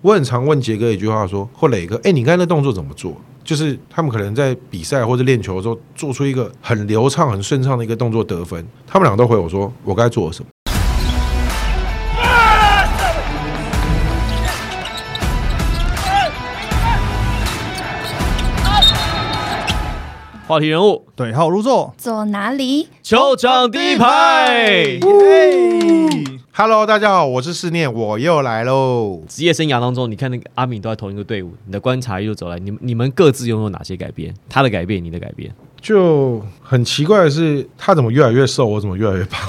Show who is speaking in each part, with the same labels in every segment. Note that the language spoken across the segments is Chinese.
Speaker 1: 我很常问杰哥一句话说，或磊哥，哎、你刚才那动作怎么做？就是他们可能在比赛或者练球的时候，做出一个很流畅、很顺畅的一个动作得分，他们俩都回我说，我该做了什么？
Speaker 2: 话题人物，
Speaker 3: 对号入座，
Speaker 4: 走哪里？
Speaker 2: 球场第一排。
Speaker 1: Hello，大家好，我是思念，我又来喽。
Speaker 2: 职业生涯当中，你看那个阿敏都在同一个队伍，你的观察一路走来，你们你们各自拥有哪些改变？他的改变，你的改变，
Speaker 1: 就很奇怪的是，他怎么越来越瘦，我怎么越来越胖？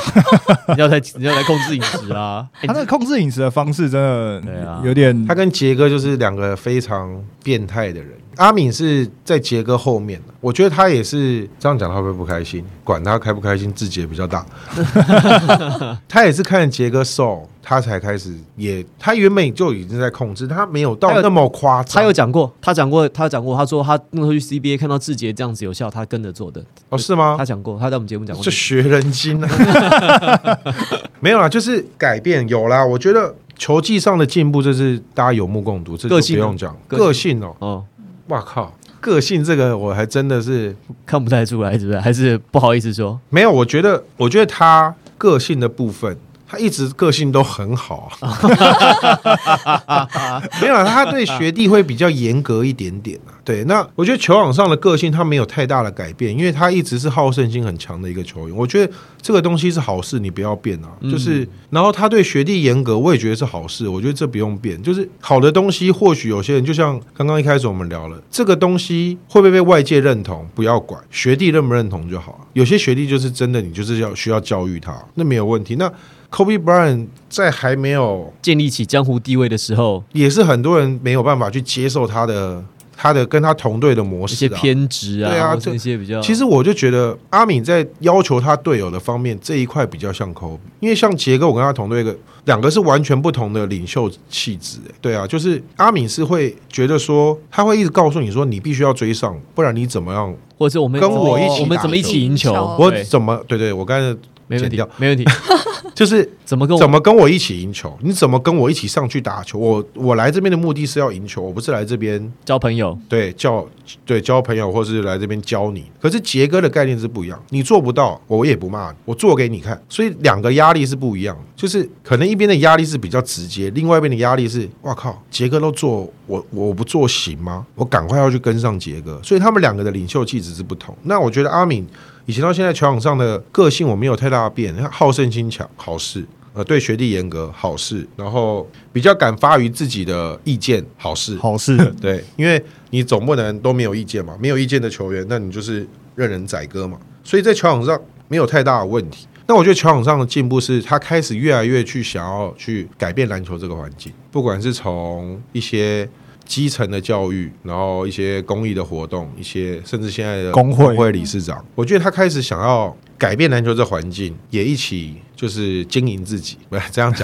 Speaker 2: 你要来你要来控制饮 食啊！哎
Speaker 3: 他那个控制饮食的方式真
Speaker 2: 对
Speaker 3: 的
Speaker 2: 啊
Speaker 3: 有点
Speaker 1: 他跟杰哥就是两个非常变态的人。阿敏是在杰哥后面的，我觉得他也是这样讲，他会不会不开心？管他开不开心，自己也比较 大。他也是看杰哥瘦，他才开始也，他原本就已经在控制，他没有到
Speaker 2: 他有
Speaker 1: 那么夸张。
Speaker 2: 他有讲过，他讲过，他讲过，他说他那时候去 CBA 看到志杰这样子有效，他跟着做的。
Speaker 1: 哦，是吗
Speaker 2: 他？讲过，他在我们节目讲过
Speaker 1: 这。学人精啊！ 没有啦，就是改变有啦。我觉得球技上的进步，这是大家有目共睹，这就
Speaker 2: 个
Speaker 1: 不
Speaker 2: 性呢
Speaker 1: 用讲。
Speaker 2: 个性
Speaker 1: 个性哦，
Speaker 2: 哦，
Speaker 1: 哇靠，个性这个我还真的是
Speaker 2: 看不太出来，是不是？还是不好意思说。
Speaker 1: 没有，我觉得，我觉得他个性的部分，他一直个性都很好啊。 没有啊，他对学弟会比较严格一点点啊。对，那我觉得球场上的个性他没有太大的改变，因为他一直是好胜心很强的一个球员。我觉得这个东西是好事，你不要变啊。就是，然后他对学弟严格，我也觉得是好事。我觉得这不用变，就是好的东西，或许有些人就像刚刚一开始我们聊了，这个东西会不会被外界认同，不要管学弟认不认同就好了。有些学弟就是真的，你就是要需要教育他，那没有问题。那 Kobe Bryant 在还没有
Speaker 2: 建立起江湖地位的时候，
Speaker 1: 也是很多人没有办法去接受他的他的跟他同队的模
Speaker 2: 一些
Speaker 1: 式、啊。
Speaker 2: 偏执
Speaker 1: 对啊
Speaker 2: 啊，或
Speaker 1: 这
Speaker 2: 是一些比较，
Speaker 1: 其实我就觉得阿敏在要求他队友的方面这一块比较像 Kobe，因为像杰哥，我跟他同队一个，两个是完全不同的领袖气质、欸对啊，就是阿敏是会觉得说，他会一直告诉你说，你必须要追上，不然你怎么样，
Speaker 2: 或者我们
Speaker 1: 跟我一起
Speaker 2: 我们
Speaker 1: 打
Speaker 2: 怎么一
Speaker 4: 球
Speaker 2: 起赢球？
Speaker 4: 我
Speaker 1: 我
Speaker 2: 哦对
Speaker 1: 怎么对对，我刚才
Speaker 2: 没问
Speaker 1: 剪
Speaker 2: 题
Speaker 1: 掉，
Speaker 2: 没问题。
Speaker 1: 就是
Speaker 2: 怎么跟我
Speaker 1: 怎么跟我一起赢球，你怎么跟我一起上去打球，我我来这边的目的是要赢球，我不是来这边
Speaker 2: 交朋友？
Speaker 1: 对交对交朋友，或是来这边教你。可是杰哥的概念是不一样，你做不到，我也不骂你，我做给你看。所以两个压力是不一样的，就是可能一边的压力是比较直接，另外一边的压力是，哇靠，杰哥都做，我我不做行吗？我赶快要去跟上杰哥。所以他们两个的领袖气质是不同。那我觉得阿敏以前到现在球场上的个性我没有太大的变，好胜心强，好事。呃，对学弟严格，好事。然后比较敢发于自己的意见，好事。。
Speaker 3: 好事
Speaker 1: 对，因为你总不能都没有意见嘛，没有意见的球员，那你就是任人宰割嘛。所以在球场上没有太大的问题。那我觉得球场上的进步是他开始越来越去想要去改变篮球这个环境，不管是从一些基层的教育，然后一些公益的活动，一些甚至现在的
Speaker 3: 工会
Speaker 1: 会理事长，我觉得他开始想要改变篮球这环境，也一起就是经营自己， 不是这样讲。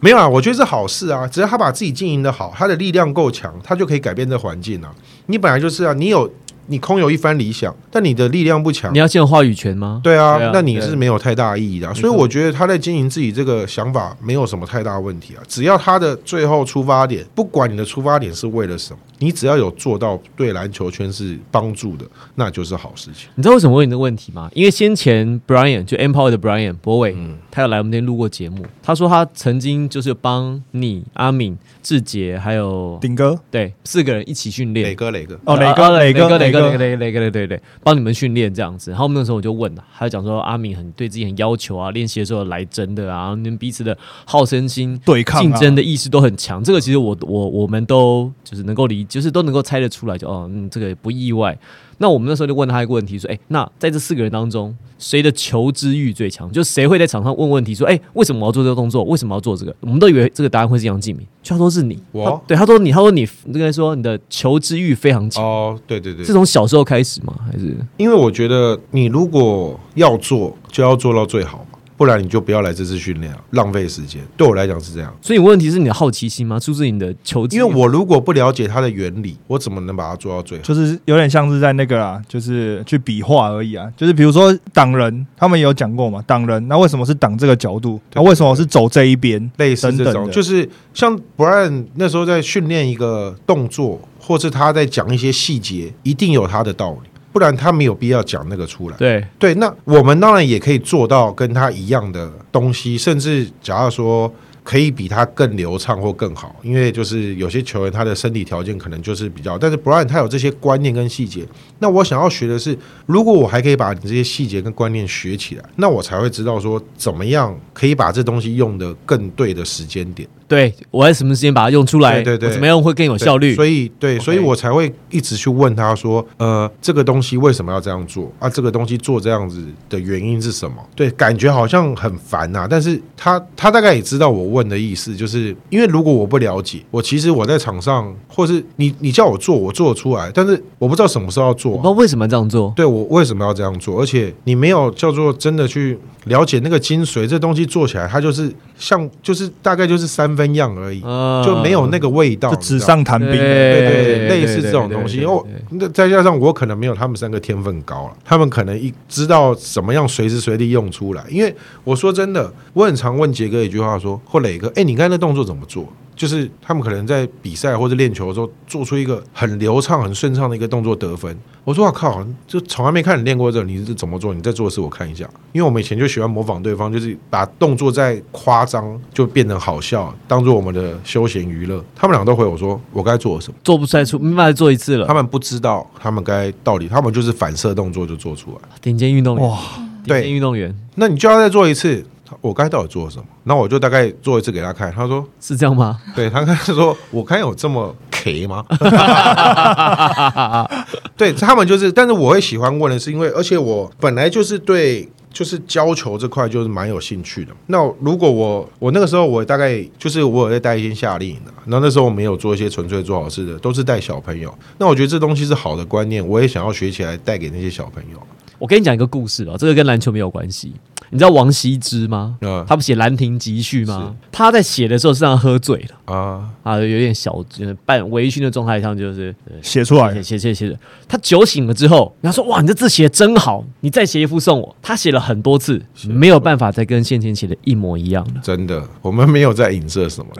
Speaker 1: 没有啊，我觉得是好事啊。只要他把自己经营的好，他的力量够强，他就可以改变这环境啊。你本来就是啊，你有你空有一番理想，但你的力量不强
Speaker 2: 你，要先有话语权吗？
Speaker 1: 对啊，
Speaker 2: 对啊
Speaker 1: 那你
Speaker 2: 对
Speaker 1: 是没有太大意义的啊、所以我觉得他在经营自己这个想法没有什么太大问题啊。只要他的最后出发点，不管你的出发点是为了什么，你只要有做到对篮球圈是帮助的，那就是好事情。
Speaker 2: 你知道为什么问你这个问题吗？因为先前 Brian 就 Empower 的 Brian 博伟，他有来我们这边录过节目，他说他曾经就是帮你、阿敏、志杰还有
Speaker 3: 顶哥
Speaker 2: 对四个人一起训
Speaker 1: 磊
Speaker 2: 练。
Speaker 1: 哥，磊哥，
Speaker 3: 哦，磊
Speaker 2: 啊
Speaker 3: 哥，
Speaker 2: 磊
Speaker 3: 哥，
Speaker 2: 磊
Speaker 3: 磊
Speaker 2: 哥，磊哥，，磊哥，磊哥，对对对，帮你们训练这样子。然后我们那时候我就问了，他就讲说阿敏很对自己很要求啊，练习的时候来真的啊，你们彼此的好胜心
Speaker 3: 对抗啊
Speaker 2: 竞争的意识都很强。这个其实我我我们都就是能够理，就是都能够猜得出来，就哦，嗯，这个不意外。那我们那时候就问他一个问题，说，哎、那在这四个人当中，谁的求知欲最强？就谁会在场上问问题，说，哎、为什么我要做这个动作？为什么要做这个？我们都以为这个答案会是杨敬敏，就他说是你，
Speaker 1: 我
Speaker 2: 他对他说你，他说你应该说你的求知欲非常强，
Speaker 1: 哦，对对对
Speaker 2: 是，从小时候开始吗？还是
Speaker 1: 因为我觉得你如果要做，就要做到最好嘛。不然你就不要来这次训练了，浪费时间。对我来讲是这样，
Speaker 2: 所以问题是你的好奇心吗？出自你的求知
Speaker 1: 因
Speaker 2: 欲
Speaker 1: 为
Speaker 2: 吗，
Speaker 1: 我如果不了解它的原理，我怎么能把它做到最好？
Speaker 3: 就是有点像是在那个啊，就是去比划而已啊。就是比如说党人，他们也有讲过嘛，党人那为什么是党这个角度？那为什么是走这一边？
Speaker 1: 类似这
Speaker 3: 等等
Speaker 1: 种，
Speaker 3: 的
Speaker 1: 就是像 Brian 那时候在训练一个动作，或是他在讲一些细节，一定有他的道理，不然他没有必要讲那个出来。
Speaker 2: 对
Speaker 1: 对，那我们当然也可以做到跟他一样的东西，甚至假如说可以比他更流畅或更好，因为就是有些球员他的身体条件可能就是比较，但是 Brian 他有这些观念跟细节。那我想要学的是，如果我还可以把你这些细节跟观念学起来，那我才会知道说怎么样可以把这东西用的更对的时间点。
Speaker 2: 对，我在什么时间把它用出来，
Speaker 1: 对对对
Speaker 2: 我怎么样会更有
Speaker 1: 对
Speaker 2: 效率？
Speaker 1: 所以对，
Speaker 2: OK
Speaker 1: 所以我才会一直去问他说，呃，这个东西为什么要这样做啊？这个东西做这样子的原因是什么？对，感觉好像很烦呐、但是他他大概也知道我问的意思，就是因为如果我不了解，我其实我在场上，或是你你叫我做，我做得出来，但是我不知道什么时候要
Speaker 2: 我
Speaker 1: 做
Speaker 2: 不
Speaker 1: 啊、
Speaker 2: 知道为什么这样做。
Speaker 1: 对我为什么要这样做？而且你没有叫做真的去了解那个精髓，这东西做起来它就是像就是大概就是三分样而已，
Speaker 2: 呃
Speaker 1: 就没有那个味道。
Speaker 3: 就
Speaker 1: 你
Speaker 3: 纸
Speaker 1: 知道吗
Speaker 3: 上谈兵啊。
Speaker 2: 对
Speaker 1: 对对，类似这
Speaker 2: 对
Speaker 1: 种东西。
Speaker 2: 对对对
Speaker 1: 因为我那再加上我可能没有他们三个天分高了，他们可能一知道怎么样随时随地用出来。因为我说真的，我很常问杰哥一句话说，或磊哥，哎、你刚才那动作怎么做？就是他们可能在比赛或者练球的时候，做出一个很流畅、很顺畅的一个动作得分。我说我靠，就从来没看你练过这个，你是怎么做？你再做一次我看一下。因为我们以前就喜欢模仿对方，就是把动作再夸张，就变成好笑，当做我们的休闲娱乐。他们俩都回我说，我该做什么？
Speaker 2: 做不出来出，没办法做一次了
Speaker 1: 他。们不知道他们该道理，他们就是反射动作就做出来。
Speaker 2: 顶尖运动员，
Speaker 3: 哇，
Speaker 2: 顶
Speaker 1: 对
Speaker 2: 尖运动员
Speaker 1: 那你就要再做一次，我该到底做了什么？那我就大概做一次给他看。他说，
Speaker 2: 是这样吗？
Speaker 1: 对他刚才说，我看有这么 K 吗？对他们就是，但是我会喜欢问的是，因为而且我本来就是对。就是教球这块就是蛮有兴趣的。那如果我我那个时候我大概就是我有在带一些夏令营的，然后那时候我们也有做一些纯粹做好事的，都是带小朋友。那我觉得这东西是好的观念，我也想要学起来带给那些小朋友。
Speaker 2: 我跟你讲一个故事哦，这个跟篮球没有关系。你知道王羲之吗？
Speaker 1: 嗯
Speaker 2: 他不写《兰亭集序》吗？他在写的时候是让他喝醉了
Speaker 1: 啊，
Speaker 2: 啊，有点小就是半微醺的状态上，就是
Speaker 3: 写出来
Speaker 2: 写写写写写。他酒醒了之后，然后说：“哇，你这字写的真好，你再写一幅送我。”他写了很多次，没有办法再跟先前写的一模一样了。
Speaker 1: 真的，我们没有在影射 什么，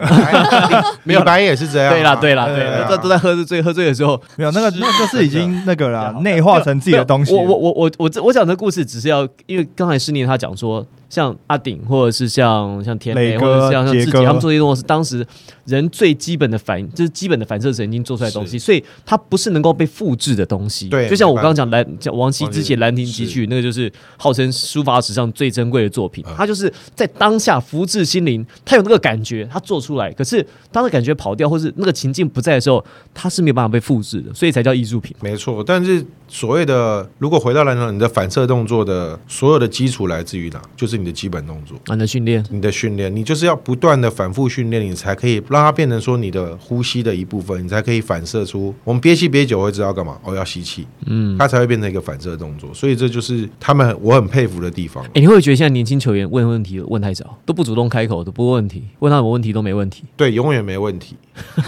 Speaker 1: 没有白也是这样啊。
Speaker 2: 对啦，对啦，对
Speaker 1: 啊
Speaker 2: 啦，这都在喝醉喝醉的时候，
Speaker 3: 没有那个，那就是已经那个啦，内化成自己的东西
Speaker 2: 我
Speaker 3: 了。
Speaker 2: 我我我我这我讲这故事，只是要因为刚才师念他讲说，像阿鼎或者是像像田磊，
Speaker 3: 磊
Speaker 2: 或
Speaker 3: 哥
Speaker 2: 者是像像
Speaker 3: 杰
Speaker 2: 自己，
Speaker 3: 哥
Speaker 2: 他们做这些动作是当时人最基本的反，应，就是基本的反射神经做出来的东西，所以它不是能够被复制的东西。
Speaker 1: 对
Speaker 2: 就像我
Speaker 1: 明白
Speaker 2: 刚刚讲兰讲王羲之写《兰亭集
Speaker 1: 是
Speaker 2: 序》，那个就是号称书法史上最珍贵的作品
Speaker 1: 嗯。
Speaker 2: 它就是在当下福至心灵，他有那个感觉，他做出来。可是当那个感觉跑掉，或是那个情境不在的时候，它是没有办法被复制的，所以才叫艺术品。
Speaker 1: 没错，但是所谓的，如果回到篮球，你的反射动作的所有的基础来自于哪？就是你的基本动作，
Speaker 2: 啊，你的训练。
Speaker 1: 你的训练，你就是要不断的反复训练，你才可以让它变成说你的呼吸的一部分，你才可以反射出。我们憋气憋久会知道干嘛？哦，要吸气，嗯，它才会变成一个反射动作。所以这就是他们我很佩服的地方。
Speaker 2: 哎、你会不会觉得现在年轻球员问问题问太少，都不主动开口，都不问问题，问他什么问题都没问题？
Speaker 1: 对，永远没问题。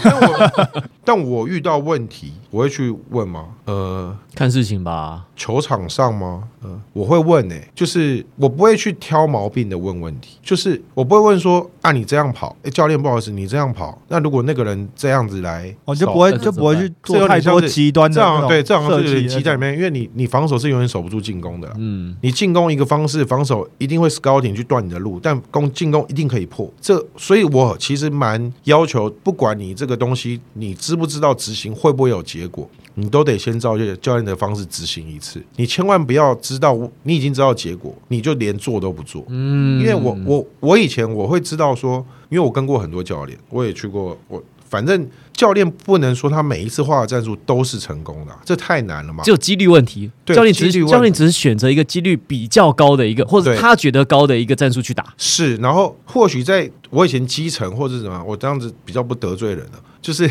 Speaker 1: 但我但我遇到问题，我会去问吗？呃，
Speaker 2: 看事情吧。
Speaker 1: 球场上吗？嗯，我会问呢、就是我不会去挑毛病的问问题，就是我不会问说啊，你这样跑，哎、教练不好意思，你这样跑，那如果那个人这样子来，
Speaker 3: 我哦就
Speaker 1: 守
Speaker 3: 不会
Speaker 2: 那是
Speaker 3: 就不会去
Speaker 1: 这有
Speaker 3: 做
Speaker 1: 点
Speaker 3: 太
Speaker 1: 像
Speaker 3: 多
Speaker 1: 是
Speaker 3: 极端的
Speaker 1: 这
Speaker 3: 那
Speaker 1: 样
Speaker 3: 种
Speaker 1: 对，这样
Speaker 3: 设
Speaker 1: 是有
Speaker 3: 计
Speaker 1: 点鸡
Speaker 3: 那
Speaker 1: 在里
Speaker 3: 种
Speaker 1: 面，因为你你防守是永远守不住进攻的啦、啊
Speaker 2: 嗯，
Speaker 1: 你进攻一个方式，防守一定会 scouting 去断你的路，但攻进攻一定可以破。这，所以我其实蛮要求，不管你这个东西，你知不知道执行会不会有结果，你都得先照教练的方式执行一次。你千万不要知道你已经知道结果，你就连做都不做。嗯，因为我我我以前我会知道说，因为我跟过很多教练，我也去过我。反正教练不能说他每一次画的战术都是成功的啊、这太难了嘛
Speaker 2: 只。有几率问题。
Speaker 1: 对
Speaker 2: 教练只
Speaker 1: 几
Speaker 2: 是
Speaker 1: 率问题
Speaker 2: 教练只是选择一个几率比较高的一个，或者
Speaker 1: 对
Speaker 2: 他觉得高的一个战术去打。
Speaker 1: 是，然后或许在我以前基层或者什么，我这样子比较不得罪人了。就是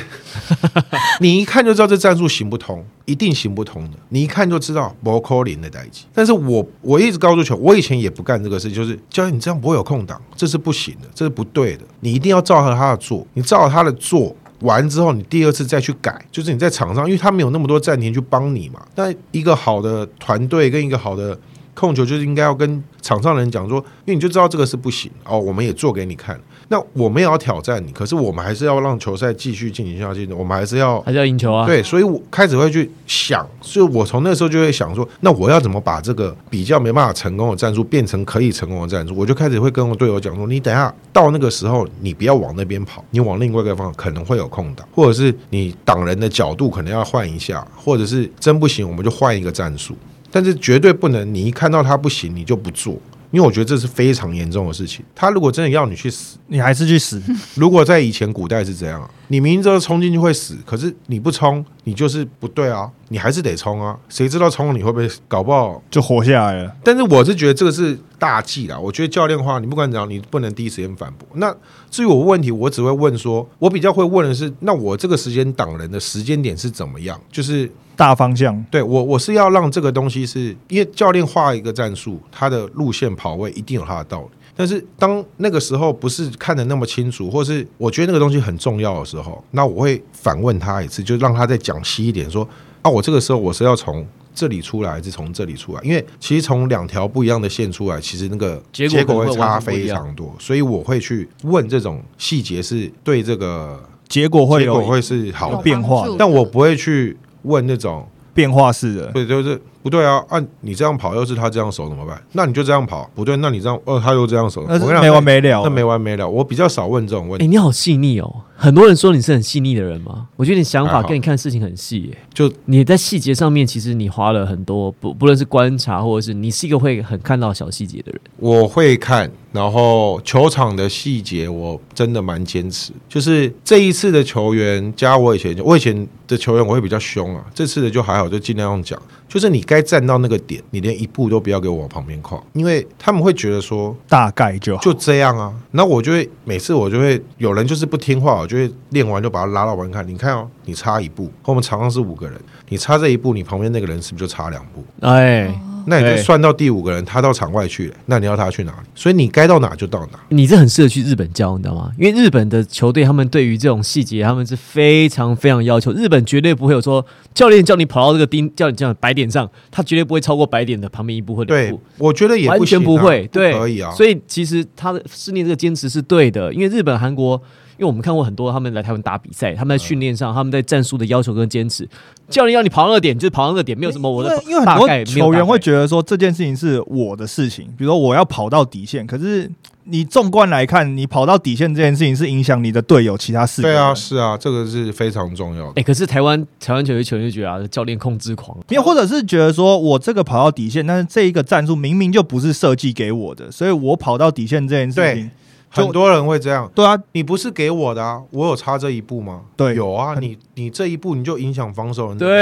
Speaker 1: 你一看就知道这战术行不通，一定行不通的。你一看就知道不扣零的代际。但是我我一直告诉球，我以前也不干这个事，就是教练你这样不会有空档，这是不行的，这是不对的。你一定要照着他的做，你照着他的做，完之后，你第二次再去改，就是你在场上，因为他没有那么多暂停去帮你嘛。但一个好的团队跟一个好的控球，就是应该要跟场上的人讲说，因为你就知道这个是不行哦，我们也做给你看。那我们也要挑战你，可是我们还是要让球赛继续进行下去，我们还是要
Speaker 2: 还是要赢球啊？
Speaker 1: 对，所以我开始会去想，所以我从那时候就会想说，那我要怎么把这个比较没办法成功的战术变成可以成功的战术？我就开始会跟我队友讲说，你等一下到那个时候，你不要往那边跑，你往另外一个方向可能会有空档，或者是你挡人的角度可能要换一下，或者是真不行我们就换一个战术，但是绝对不能你一看到他不行你就不做。因为我觉得这是非常严重的事情。他如果真的要你去死，
Speaker 3: 你还是去死。
Speaker 1: 如果在以前古代是这样啊，你明知道冲进去会死，可是你不冲，你就是不对啊，你还是得冲啊。谁知道冲了你会不会搞不好？
Speaker 3: 就活下来了。
Speaker 1: 但是我是觉得这个是大忌啦。我觉得教练的话，你不管怎样，你不能第一时间反驳。那至于我问题，我只会问说，我比较会问的是，那我这个时间挡人的时间点是怎么样？就是
Speaker 3: 大方向
Speaker 1: 对我，我是要让这个东西是，因为教练画一个战术，他的路线跑位一定有他的道理。但是当那个时候不是看得那么清楚，或是我觉得那个东西很重要的时候，那我会反问他一次，就让他再讲细一点说，啊，我这个时候我是要从这里出来，还是从这里出来？因为其实从两条不一样的线出来，其实那个
Speaker 2: 结果
Speaker 1: 结果
Speaker 2: 可能
Speaker 1: 会
Speaker 2: 会
Speaker 1: 差
Speaker 2: 完全不一
Speaker 1: 非
Speaker 2: 样
Speaker 1: 常多，所以我会去问这种细节是对这个
Speaker 3: 结果会
Speaker 1: 结果
Speaker 3: 有
Speaker 1: 会是好
Speaker 3: 有
Speaker 1: 的，
Speaker 3: 变化
Speaker 1: 但我不会去问那种。
Speaker 3: 变化式的，
Speaker 1: 对，就是不对啊！啊，你这样跑，要是他这样守怎么办？那你就这样跑，不对，那你这样，呃，他又这样守，
Speaker 3: 那是
Speaker 1: 我跟你讲
Speaker 3: 没完没了
Speaker 1: 那。没完没了。我比较少问这种问
Speaker 2: 哎、
Speaker 1: 题，
Speaker 2: 你好细腻哦！很多人说你是很细腻的人嘛，我觉得你想
Speaker 1: 还
Speaker 2: 法
Speaker 1: 啊好
Speaker 2: 跟你看事情很细耶。
Speaker 1: 就
Speaker 2: 你在细节上面，其实你花了很多，不不论是观察，或者是你是一个会很看到小细节的人。
Speaker 1: 我会看，然后球场的细节我真的蛮坚持。就是这一次的球员加我以前，我以前的球员我会比较凶啊，这次的就还好，就尽量用讲。就是你该站到那个点，你连一步都不要给我往旁边靠，因为他们会觉得说
Speaker 3: 大概就好。
Speaker 1: 就这样啊。那我就会每次我就会有人就是不听话，我就会练完就把他拉到完看。你看哦，你差一步，和我们场上是五个人，你差这一步，你旁边那个人是不是就差两步？
Speaker 2: 哎、
Speaker 1: 那你
Speaker 3: 对
Speaker 1: 就算到第五个人，他到场外去了，那你要他去哪里？所以你该到哪就到哪。
Speaker 2: 你这很适合去日本教，你知道吗？因为日本的球队他们对于这种细节，他们是非常非常要求。日本绝对不会有说教练叫你跑到这个钉，叫你这样白点上，他绝对不会超过白点的旁边一步或两
Speaker 1: 对
Speaker 2: 步。，
Speaker 1: 我觉得也
Speaker 2: 完
Speaker 1: 不行
Speaker 2: 全
Speaker 1: 啊、
Speaker 2: 不会，对，
Speaker 1: 可以啊。
Speaker 2: 所以其实他的室内这个坚持是对的，因为日本、韩国，因为我们看过很多他们来台湾打比赛，他们在训练上，他们在战术的要求跟坚持，教练要你跑到那个点就是跑到那个点，没有什么我
Speaker 3: 因
Speaker 2: 的
Speaker 3: 为因为很
Speaker 2: 大
Speaker 3: 多
Speaker 2: 概没有
Speaker 3: 球员
Speaker 2: 大概
Speaker 3: 会觉得说这件事情是我的事情，比如说我要跑到底线，可是你纵观来看，你跑到底线这件事情是影响你的队友其他四个
Speaker 1: 对
Speaker 3: 人。
Speaker 1: 啊，是啊，这个是非常重要的。
Speaker 2: 哎、可是台湾台湾球队球员就觉得啊，教练控制狂，
Speaker 3: 因为或者是觉得说我这个跑到底线，但是这一个战术明明就不是设计给我的，所以我跑到底线这件事情，就
Speaker 1: 很多人会这样，
Speaker 3: 对啊，
Speaker 1: 你不是给我的啊，我有差这一步吗？
Speaker 3: 对
Speaker 1: 有啊，你你这一步你就影响防守人的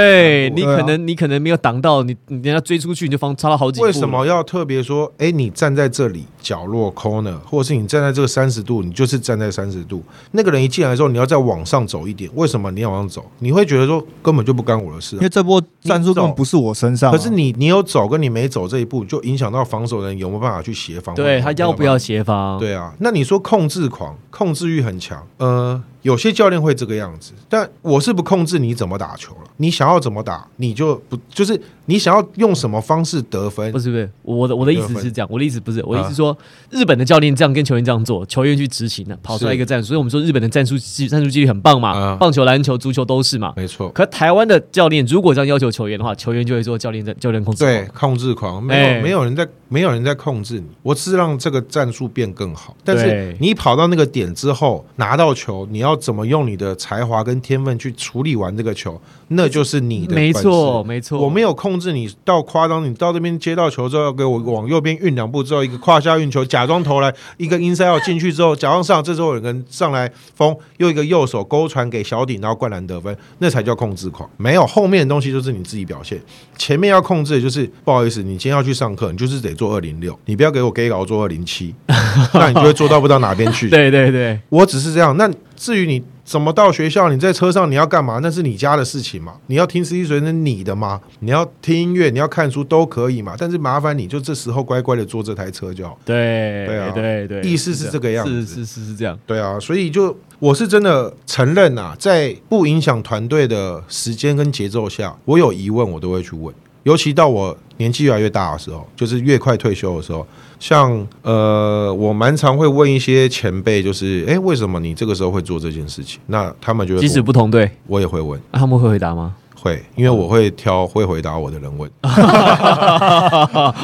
Speaker 1: 两步
Speaker 2: 对你
Speaker 3: 对啊
Speaker 2: 可能、你可能没有挡到你，你人家追出去你就防差了好几步，
Speaker 1: 为什？么要特别说？哎、你站在这里角落 corner，或者是你站在这个三十度，你就是站在三十度。那个人一进来的时候，你要再往上走一点。为什么你要往上走？你会觉得说根本就不干我的事
Speaker 3: 因
Speaker 1: 啊、
Speaker 3: 为这波战术根本不是我身上啊、
Speaker 1: 可是你你有走跟你没走这一步，就影响到防守人有没有办法去协防。
Speaker 2: 对他要不
Speaker 1: 没
Speaker 2: 要
Speaker 1: 有办法
Speaker 2: 协防？
Speaker 1: 对啊，那你说控制狂、控制欲很强，呃，有些教练会这个样子，但我是不控制你怎么打球了，你想要怎么打，你就不就是你想要用什么方式得分
Speaker 2: 不，是不是，我的我的意思是这样，我的意思不是，我的意
Speaker 1: 啊
Speaker 2: 思说，日本的教练这样跟球员这样做，球员去执行的，跑出来一个战术，所以我们说日本的战术技战术纪律很棒嘛，
Speaker 1: 啊
Speaker 2: 棒球、篮球、足球都是嘛。
Speaker 1: 没错，
Speaker 2: 可台湾的教练如果这样要求球员的话，球员就会说教练在教练控制
Speaker 1: 对
Speaker 2: 狂。，
Speaker 1: 控制狂，没有、
Speaker 2: 哎
Speaker 1: 没有人在没有人在控制你，我是让这个战术变更好，但
Speaker 2: 对
Speaker 1: 是你跑到那个点之后拿到球，你要怎么用你的才华跟天分去处理完这个球，那就是你的
Speaker 2: 没
Speaker 1: 本事
Speaker 2: 错，没错，
Speaker 1: 我没有控制你到夸张，你到这边接到球之后，要给我往右边运两步之后，一个胯下运球，假装投篮，一个 inside out 进去之后，假装上，这时候有人上来封，又一个右手勾传给小顶，然后灌篮得分，那才叫控制狂。没有后面的东西就是你自己表现，前面要控制的就是不好意思，你今天要去上课，你就是得做二零六，你不要给我 gay 搞做二零七，那你就会做到不到哪边 去。
Speaker 2: 对对对，
Speaker 1: 我只是这样。那至于你怎么到学校，你在车上你要干嘛，那是你家的事情嘛。你要听 CD 随身你的嘛，你要听音乐，你要看书都可以嘛。但是麻烦你就这时候乖乖的坐这台车就好。
Speaker 2: 对
Speaker 1: 对啊
Speaker 2: 对对，
Speaker 1: 意思是这个样子
Speaker 2: 是是是是这样，
Speaker 1: 对啊，所以就我是真的承认啊，在不影响团队的时间跟节奏下，我有疑问我都会去问，尤其到我年纪越来越大的时候，就是越快退休的时候，像呃，我蛮常会问一些前辈，就是哎，诶为什么你这个时候会做这件事情？那他们就会
Speaker 2: 即使不同队，
Speaker 1: 我也会问，
Speaker 2: 啊他们会回答吗？
Speaker 1: 会，因为我会挑会回答我的人问。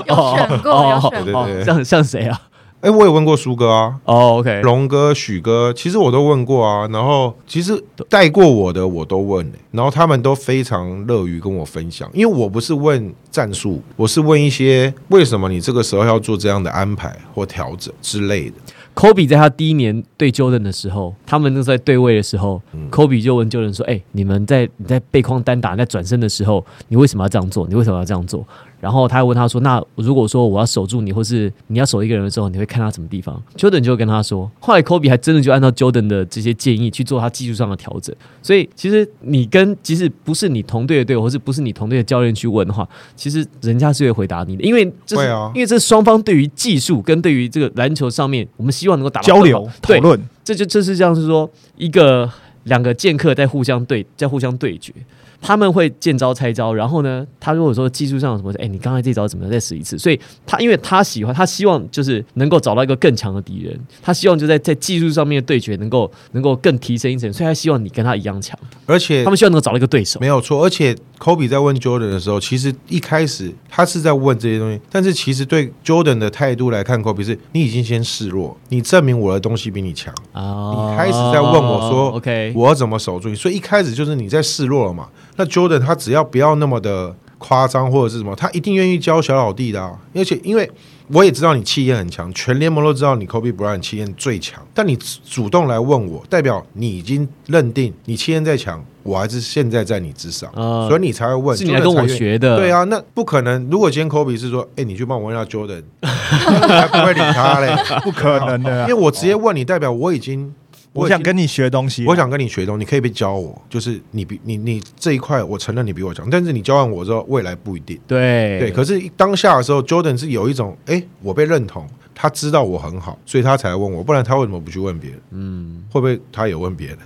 Speaker 4: 有选过，
Speaker 2: 哦
Speaker 1: 对
Speaker 4: 有选
Speaker 1: 对
Speaker 4: 过。
Speaker 2: 哦，像像谁啊？
Speaker 1: 哎，我也问过苏哥啊，
Speaker 2: 哦，OK，
Speaker 1: 龙哥、许哥，其实我都问过啊。然后其实带过我的我都问、然后他们都非常乐于跟我分享，因为我不是问战术，我是问一些为什么你这个时候要做这样的安排或调整之类的。
Speaker 2: 科比在他第一年对 Jordan 的时候，他们那时候在对位的时候，
Speaker 1: 嗯
Speaker 2: 科比就问 Jordan 说：“哎、你们在你在背框单打、你在转身的时候，你为什么要这样做？你为什么要这样做？”然后他还问他说：“那如果说我要守住你，或是你要守一个人的时候，你会看他什么地方？”Jordan 就跟他说。后来科比还真的就按照 Jordan 的这些建议去做他技术上的调整。所以其实你跟即使不是你同队的队友，或是不是你同队的教练去问的话，其实人家是会回答你的，因为这是、
Speaker 1: 会啊
Speaker 2: 因为这是双方对于技术跟对于这个篮球上面，我们希望能够打到
Speaker 3: 交
Speaker 2: 更
Speaker 3: 流
Speaker 2: 好
Speaker 3: 讨
Speaker 2: 对，
Speaker 3: 论，
Speaker 2: 这就这是像是说一个两个剑客在互相对在互相对决，他们会见招拆招，然后呢，他如果说技术上有什么，哎，你刚才这招怎么样再使一次？所以他因为他喜欢，他希望就是能够找到一个更强的敌人，他希望就在在技术上面的对决能够能够更提升一层，所以他希望你跟他一样强，
Speaker 1: 而且
Speaker 2: 他们希望能够找到一个对手
Speaker 1: 没。有错，而且 Kobe 在问 Jordan 的时候，其实一开始他是在问这些东西，但是其实对 Jordan 的态度来看，Kobe 是你已经先示弱，你证明我的东西比你强。
Speaker 2: 啊
Speaker 1: 你开始在问我说
Speaker 2: 哦，OK，
Speaker 1: 我要怎么守住你？所以一开始就是你在示弱了嘛。那 Jordan 他只要不要那么的夸张或者是什么，他一定愿意教小老弟的、啊。而且因为我也知道你气焰很强，全联盟都知道你 Kobe Bryant 气焰最强，但你主动来问我，代表你已经认定你气焰再强，我还是现在在你之上，
Speaker 2: 啊
Speaker 1: 所以你才会问。
Speaker 2: 是你来跟
Speaker 1: Jordan 才
Speaker 2: 我
Speaker 1: 愿意
Speaker 2: 学的，
Speaker 1: 对，啊，那不可能。如果今天 Kobe 是说，哎、你去帮我问一下 Jordan，他不会理他嘞，
Speaker 3: 不可能的
Speaker 1: 因
Speaker 3: 啊
Speaker 1: 为。我直接问你，代表我已经，
Speaker 3: 我
Speaker 1: 已
Speaker 3: 想
Speaker 1: 经
Speaker 3: 跟你学东西啊，
Speaker 1: 我想跟你学东，你可以被教我，就是你比你你这一块，我承认你比我强，但是你教完我之后，未来不一定。
Speaker 2: 对
Speaker 1: 对，可是当下的时候，Jordan 是有一种，哎、我被认同，他知道我很好，所以他才问我，不然他为什么不去问别人？嗯，会不会他也问别人？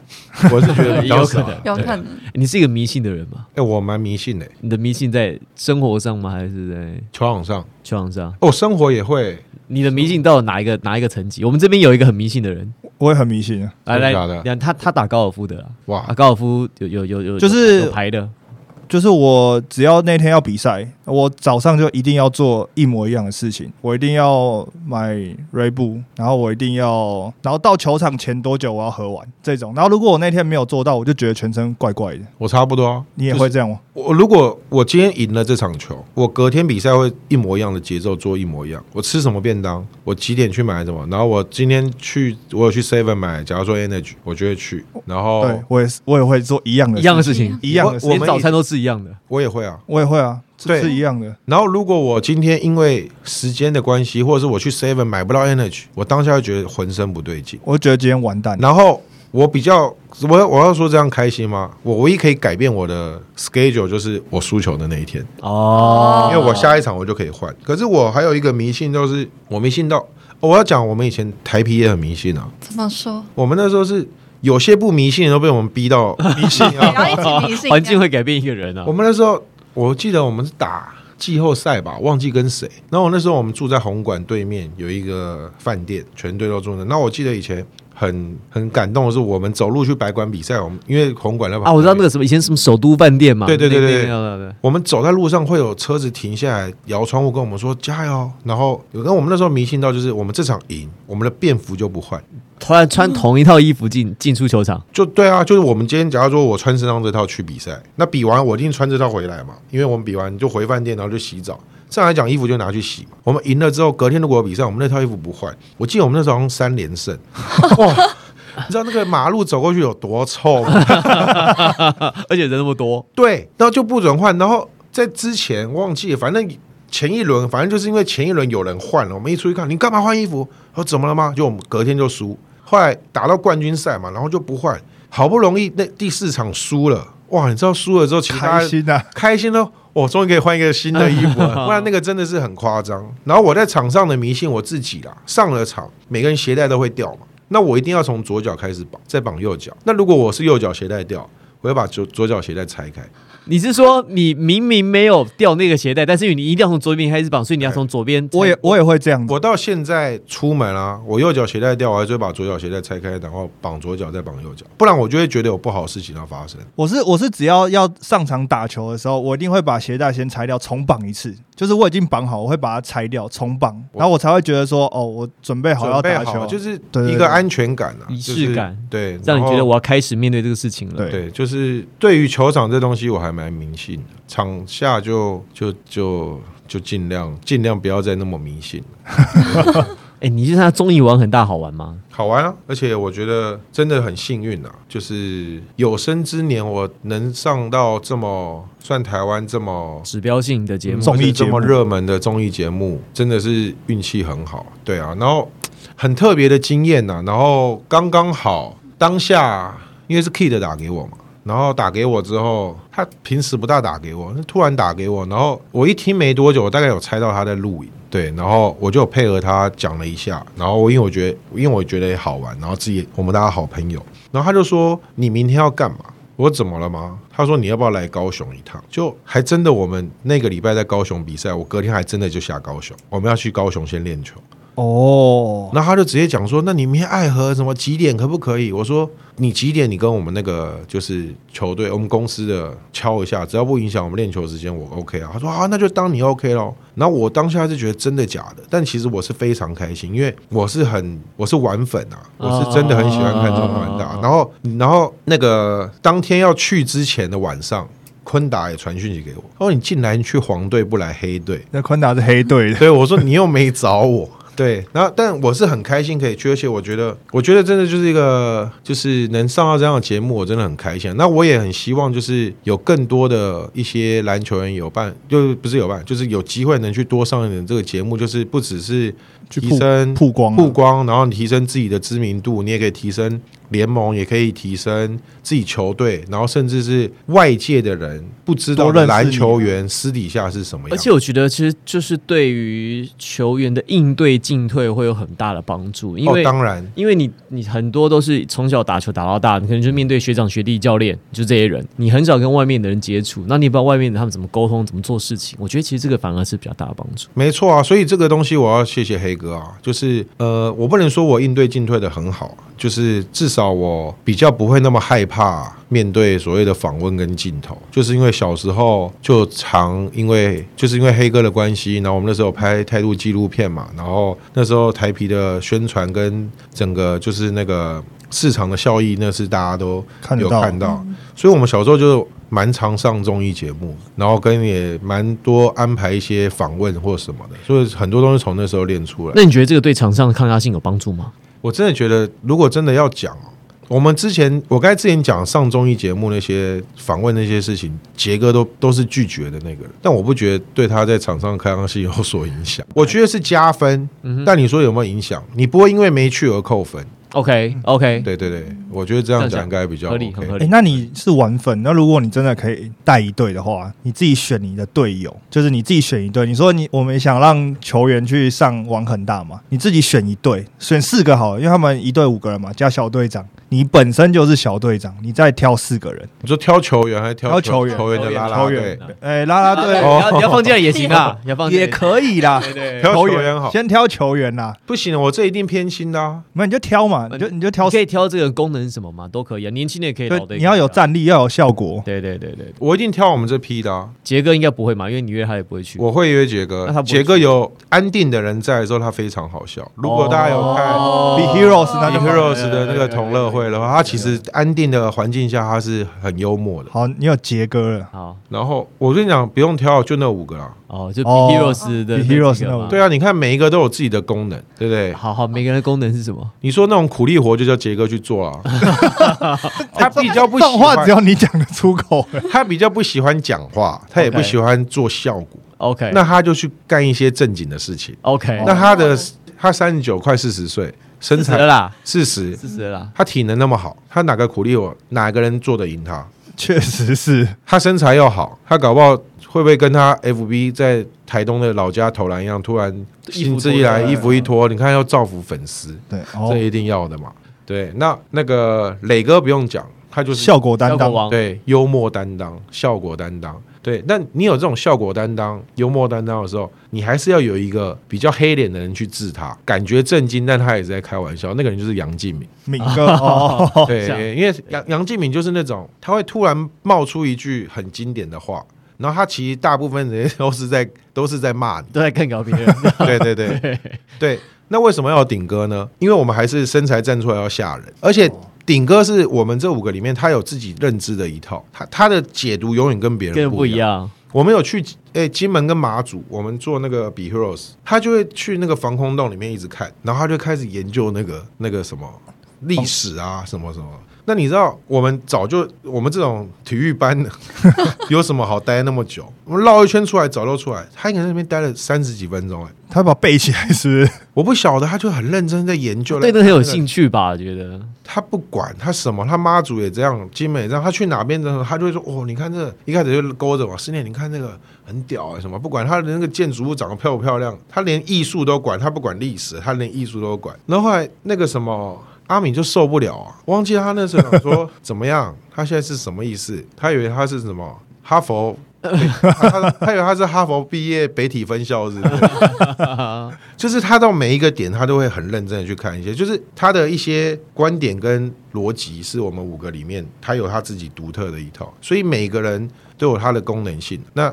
Speaker 1: 我是觉得比较
Speaker 2: 有可
Speaker 1: 少。
Speaker 2: 能
Speaker 1: 哎、
Speaker 4: 有可能，
Speaker 2: 你是一个迷信的人吗？
Speaker 1: 我蛮迷信的、
Speaker 2: 你的迷信在生活上吗？还是在
Speaker 1: 球场上，
Speaker 2: 球场上？
Speaker 1: 哦，生活也会，
Speaker 2: 你的迷信到哪一个哪一个层级？我们这边有一个很迷信的人，
Speaker 3: 我也很迷信啊。
Speaker 2: 来
Speaker 1: 真的
Speaker 2: 来
Speaker 1: 假的，
Speaker 2: 两他他打高尔夫的啦，
Speaker 1: 哇
Speaker 2: 啊，，高尔夫有有有有
Speaker 3: 就是
Speaker 2: 有牌的，
Speaker 3: 就是我只要那天要比赛，我早上就一定要做一模一样的事情，我一定要买 r e b u 然后我一定要，然后到球场前多久我要喝完这种。然后如果我那天没有做到，我就觉得全身怪怪的。
Speaker 1: 我差不多啊。
Speaker 3: 你也会这样吗？
Speaker 1: 我如果我今天赢了这场球，我隔天比赛会一模一样的节奏做一模一样。我吃什么便当，我几点去买什么，然后我今天去我有去 Seven 买，假如说 Energy，我就会去。然后
Speaker 3: 对我也是，我也会做一样的
Speaker 2: 一样的
Speaker 3: 事
Speaker 2: 事情，
Speaker 3: 一样的事
Speaker 1: 我
Speaker 2: 连
Speaker 1: 们
Speaker 2: 早餐都是一样的，
Speaker 1: 我也会啊。
Speaker 3: 我也会啊，
Speaker 1: 对
Speaker 3: 是一样的。
Speaker 1: 然后如果我今天因为时间的关系，或者是我去 Seven 买不到 Energy，我当下就觉得浑身不对劲。
Speaker 3: 我觉得今天完蛋了，
Speaker 1: 然后我比较，我我要说这样开心吗？我唯一可以改变我的 schedule 就是我输球的那一天。
Speaker 2: 哦
Speaker 1: 因为我下一场我就可以换。可是我还有一个迷信，就是我迷信到、哦我要讲，我们以前台皮也很迷信啊。
Speaker 4: 怎么说？
Speaker 1: 我们那时候是有些不迷信的都被我们逼 到迷信
Speaker 4: 然
Speaker 2: 嗯
Speaker 1: 啊。
Speaker 4: 后一起迷信，
Speaker 2: 环境会改变一个人啊
Speaker 1: 我，们那时候我记得我们是打季后赛吧，忘记跟谁。然后那时候我们住在红馆对面有一个饭店，全队都住那。那我记得以前很很感动的是，我们走路去白馆比赛，我们因为红馆那旁
Speaker 2: 啊，我知道那
Speaker 1: 边
Speaker 2: 个什么以前什么首都饭店嘛，
Speaker 1: 对对对
Speaker 2: 那
Speaker 1: 对
Speaker 2: 那那那那
Speaker 1: 我们走在路上会有车子停下来摇窗户跟我们说加油，然后有跟我们那时候迷信到就是我们这场赢，我们的便服就不换，
Speaker 2: 突然穿同一套衣服进进出球场，
Speaker 1: 就对啊， 就是我们今天假如说我穿身上这套去比赛，那比完我一定穿这套回来嘛，因为我们比完就回饭店，然后就洗澡。上来讲衣服就拿去洗嘛，我们赢了之后隔天如果有比赛，我们那套衣服不换。我记得我们那时候好像三连胜， 哇！你知道那个马路走过去有多臭吗？
Speaker 2: 而且人那么多，
Speaker 1: 对，然后就不准换。然后在之前忘记了，反正前一轮反正就是因为前一轮有人换了，我们一出去看，你干嘛换衣服？我说怎么了吗？就我们隔天就输，后来打到冠军赛嘛，然后就不换，好不容易那第四场输了，哇，你知道输了之后，其他
Speaker 3: 开心啊！
Speaker 1: 开心哦，我终于可以换一个新的衣服 了，不然那个真的是很夸张。然后我在场上的迷信我自己啦，上了场每个人鞋带都会掉嘛，那我一定要从左脚开始绑，再绑右脚。那如果我是右脚鞋带掉，我要把左左脚鞋带拆开，
Speaker 2: 你是说你明明没有掉那个鞋带，但是你一定要从左边开始绑，所以你要从左边。
Speaker 3: 我也我也会这样子，
Speaker 1: 我到现在出门啊，我右脚鞋带掉，我还是会把左脚鞋带拆开，然后绑左脚再绑右脚，不然我就会觉得有不好的事情要发生。
Speaker 3: 我是我是只要要上场打球的时候，我一定会把鞋带先拆掉，重绑一次。就是我已经绑好，我会把它拆掉，重绑，
Speaker 1: 我
Speaker 3: 然后我才会觉得说，哦，我准备好要
Speaker 1: 准备
Speaker 3: 打
Speaker 1: 好
Speaker 3: 球。
Speaker 1: 就是
Speaker 3: 对对
Speaker 1: 一
Speaker 3: 对
Speaker 1: 个安全感啊，
Speaker 2: 仪
Speaker 1: 就是
Speaker 2: 式感
Speaker 1: 对，
Speaker 2: 让
Speaker 1: 然
Speaker 2: 你
Speaker 1: 后
Speaker 2: 觉得我要开始面对这个事情了。
Speaker 3: 对
Speaker 1: 对，就是对于球场这东西，我还蛮迷信的。场下就就就就尽量尽量不要再那么迷信，
Speaker 2: 哎，你就他综艺玩很大好玩吗？
Speaker 1: 好玩啊！而且我觉得真的很幸运啊，就是有生之年我能上到这么算台湾这么
Speaker 2: 指标性的节目，
Speaker 3: 综艺
Speaker 1: 这
Speaker 3: 节目
Speaker 1: 么热门的综艺节目，真的是运气很好。对啊，然后很特别的经验呐、然后刚刚好当下，因为是 Kid 打给我嘛。然后打给我之后，他平时不大打给我，突然打给我，然后我一听没多久，我大概有猜到他在录影，对，然后我就有配合他讲了一下，然后我因为我觉得，因为我觉得也好玩，然后自己我们大家好朋友，然后他就说你明天要干嘛？我说怎么了吗？他说你要不要来高雄一趟？就还真的，我们那个礼拜在高雄比赛，我隔天还真的就下高雄，我们要去高雄先练球。
Speaker 3: 哦，
Speaker 1: 然后他就直接讲说，那你明天爱河什么几点可不可以？我说你几点？你跟我们那个就是球队，我们公司的敲一下，只要不影响我们练球时间，我 OK 啊。他说啊，那就当你 OK 咯。然后我当下是觉得真的假的，但其实我是非常开心，因为我是很我是玩粉啊，我是真的很喜欢看这种玩的啊。然后然后那个当天要去之前的晚上。坤达也传讯息给我，他说：“你竟然去黄队不来黑队，
Speaker 3: 那昆达是黑队 的，
Speaker 1: 对，我说你又没找我。 对，然后但我是很开心可以去，而且我觉得，我觉得真的就是一个，就是能上到这样的节目，我真的很开心。那我也很希望，就是有更多的一些篮球人有办，就是不是有办，就是有机会能去多上一点这个节目，就是不只是
Speaker 3: 去
Speaker 1: 提升
Speaker 3: 曝曝光啊
Speaker 1: 曝光，然后你提升自己的知名度，你也可以提升联盟，也可以提升自己球队，然后甚至是外界的人不知道
Speaker 3: 多
Speaker 1: 的
Speaker 3: 认识
Speaker 1: 篮
Speaker 3: 你
Speaker 1: 球员私底下是什么样
Speaker 2: 而。且我觉得，其实就是对于球员的应对进退会有很大的帮助，因
Speaker 1: 哦，
Speaker 2: 为、
Speaker 1: 当然，
Speaker 2: 因为你你很多都是从小打球打到大，你可能就面对学长学弟教练，就这些人，你很少跟外面的人接触，那你也不知道外面的他们怎么沟通，怎么做事情。我觉得其实这个反而是比较大的帮助。
Speaker 1: 没错啊，所以这个东西我要谢谢黑哥啊，就是呃，我不能说我应对进退的很好，啊就是至少我比较不会那么害怕面对所谓的访问跟镜头，就是因为小时候就常因为就是因为黑哥的关系，然后我们那时候有拍态度纪录片嘛，然后那时候台皮的宣传跟整个就是那个市场的效益，那是大家都
Speaker 3: 看得
Speaker 1: 有
Speaker 3: 到
Speaker 1: 看到，所以我们小时候就蛮常上综艺节目，然后跟也蛮多安排一些访问或什么的，所以很多东西从那时候练出来。
Speaker 2: 那你觉得这个对场上的抗压性有帮助吗？
Speaker 1: 我真的觉得，如果真的要讲哦，我们之前我刚才之前讲上综艺节目那些访问那些事情，杰哥都都是拒绝的那个人，但我不觉得对他在场上开放性有所影响，我觉得是加分。
Speaker 3: 嗯
Speaker 1: 但你说有没有影响？你不会因为没去而扣分。
Speaker 2: OK OK，
Speaker 1: 对对对，我觉得这样
Speaker 2: 这样讲
Speaker 1: 讲应该比较
Speaker 2: 合理
Speaker 1: OK
Speaker 2: 很合
Speaker 3: 哎、
Speaker 2: 理。
Speaker 3: 那你是玩粉，那如果你真的可以带一队的话，你自己选你的队友，就是你自己选一队。你说你我们想让球员去上网很大嘛，你自己选一队，选四个好了，因为他们一队五个人嘛，加小队长，你本身就是小队长，你再挑四个人，
Speaker 1: 你说挑球员还是挑
Speaker 3: 挑球员
Speaker 1: 球员的拉拉
Speaker 3: 球
Speaker 1: 队
Speaker 3: 员？，哎、拉拉队
Speaker 1: 哦
Speaker 2: 啊你要你要 放进来也行 啊，你要放进来
Speaker 3: 也可以啦，
Speaker 2: 对对
Speaker 1: 挑
Speaker 3: 球
Speaker 1: 球员好，
Speaker 3: 先挑球员啦，
Speaker 1: 不行，我这一定偏心的、啊。
Speaker 3: 那你就挑嘛，你就你就
Speaker 2: 嗯
Speaker 3: 挑
Speaker 2: 你可
Speaker 3: 四，
Speaker 2: 以挑这个功能是什么吗？都可以啊，年轻的也可以，老的
Speaker 3: 对，
Speaker 2: 也可以啊
Speaker 3: 你要有。战力，要有效果。
Speaker 2: 对对对对，
Speaker 1: 我一定挑我们这批的、啊，
Speaker 2: 杰哥应该不会嘛，因为你约他也不会去。
Speaker 1: 我会约杰
Speaker 2: 嗯那他
Speaker 1: 哥。
Speaker 2: 不会
Speaker 1: 杰哥有安定的人在的时候，他非常好笑。如果大家有看
Speaker 2: 哦
Speaker 3: Be Heroes 那
Speaker 1: 《
Speaker 3: 就
Speaker 1: Be
Speaker 3: 好
Speaker 1: Heroes》的那个同乐会的话，他其实安定的环境下，他是很幽默的。
Speaker 3: 好，你有杰哥了，
Speaker 2: 好
Speaker 1: 然后我跟你讲，不用挑，就那五个啦。
Speaker 2: 哦，就 Be
Speaker 3: 哦
Speaker 2: Heroes 的
Speaker 3: Be
Speaker 2: 那几
Speaker 3: Heroes
Speaker 2: 个嘛
Speaker 3: 那
Speaker 1: 对啊，你看每一个都有自己的功能，对不对？
Speaker 2: 好好，每个人的功能是什么？
Speaker 1: 你说那种苦力活就叫杰哥去做 啊，他比较不
Speaker 3: 这
Speaker 1: 喜
Speaker 3: 种话
Speaker 1: 欢
Speaker 3: 只有你讲得出口。
Speaker 1: 他比较不喜欢讲话，他也不
Speaker 3: OK
Speaker 1: 喜欢做效果。
Speaker 2: OK，
Speaker 1: 那他就去干一些正经的事情。
Speaker 3: 哦
Speaker 2: OK，
Speaker 1: 那他的他三十九快四十岁，身
Speaker 2: 死了
Speaker 1: 材
Speaker 2: 啦，
Speaker 1: 四十，
Speaker 2: 四十了啦，
Speaker 1: 他体能那么好，他哪个苦力我哪个人做得赢他？
Speaker 3: 确实是
Speaker 1: 他身材又好，他搞不好会不会跟他 FB 在台东的老家投篮一样，突然薪资一来，
Speaker 3: 衣服脱了
Speaker 1: 衣服一脱，你看要造福粉丝，
Speaker 3: 对，
Speaker 1: 这
Speaker 3: 哦，
Speaker 1: 一定要的嘛。对，那那个磊哥不用讲，他就是
Speaker 3: 效果担
Speaker 2: 效果啊
Speaker 3: 当，
Speaker 2: 王，
Speaker 1: 对，幽默担当、效果担当，对。但你有这种效果担当、幽默担当的时候，你还是要有一个比较黑脸的人去治他，感觉震惊，但他也是在开玩笑。那个人就是杨 敬敏，
Speaker 3: 敏哥哦，
Speaker 1: 对
Speaker 2: 这样，
Speaker 1: 因为杨杨敬敏就是那种他会突然冒出一句很经典的话，然后他其实大部分人都是在都是在骂你，
Speaker 2: 都在看搞别 人，
Speaker 1: 对对对
Speaker 2: 对
Speaker 1: 对。那为什么要有顶哥呢？因为我们还是身材站出来要吓人，而且
Speaker 2: 哦
Speaker 1: 顶哥是我们这五个里面他有自己认知的一套，他他的解读永远跟别
Speaker 2: 跟
Speaker 1: 人
Speaker 2: 人不
Speaker 1: 不一
Speaker 2: 一
Speaker 1: 样。
Speaker 2: 样，
Speaker 1: 我们有去诶、金门跟马祖，我们做那个 Be Heroes，他就会去那个防空洞里面一直看，然后他就开始研究那个那个什么历史啊，什么什么。那你知道我们早就我们这种体育 班的有什么好待那么久？我们绕一圈出来早就出来，他应该在那边待了三十几分钟哎、
Speaker 3: 他把背起来是不是？
Speaker 1: 我不晓得，他就很认真在研究，
Speaker 2: 对那个很有兴
Speaker 1: 趣。
Speaker 2: 趣吧？我觉得
Speaker 1: 他不管他什么，他妈祖也这样，金美也这样，他去哪边的，他就会说：“哦，你看这一开始就勾着我，师念，你看那个很屌、欸、什么？不管他的那个建筑物长得漂不漂亮，他连艺术都管，他不管历史，他连艺术都管。然后后来那个什么。”阿敏就受不了啊！忘记他那时候想说怎么样，他现在是什么意思？他以为他是什么哈佛，他他他以为他是哈佛毕业北体分校是不是？就是他到每一个点，他都会很认真的去看一些，就是他的一些观点跟逻辑，是我们五个里面他有他自己独特的一套，所以每个人都有他的功能性。那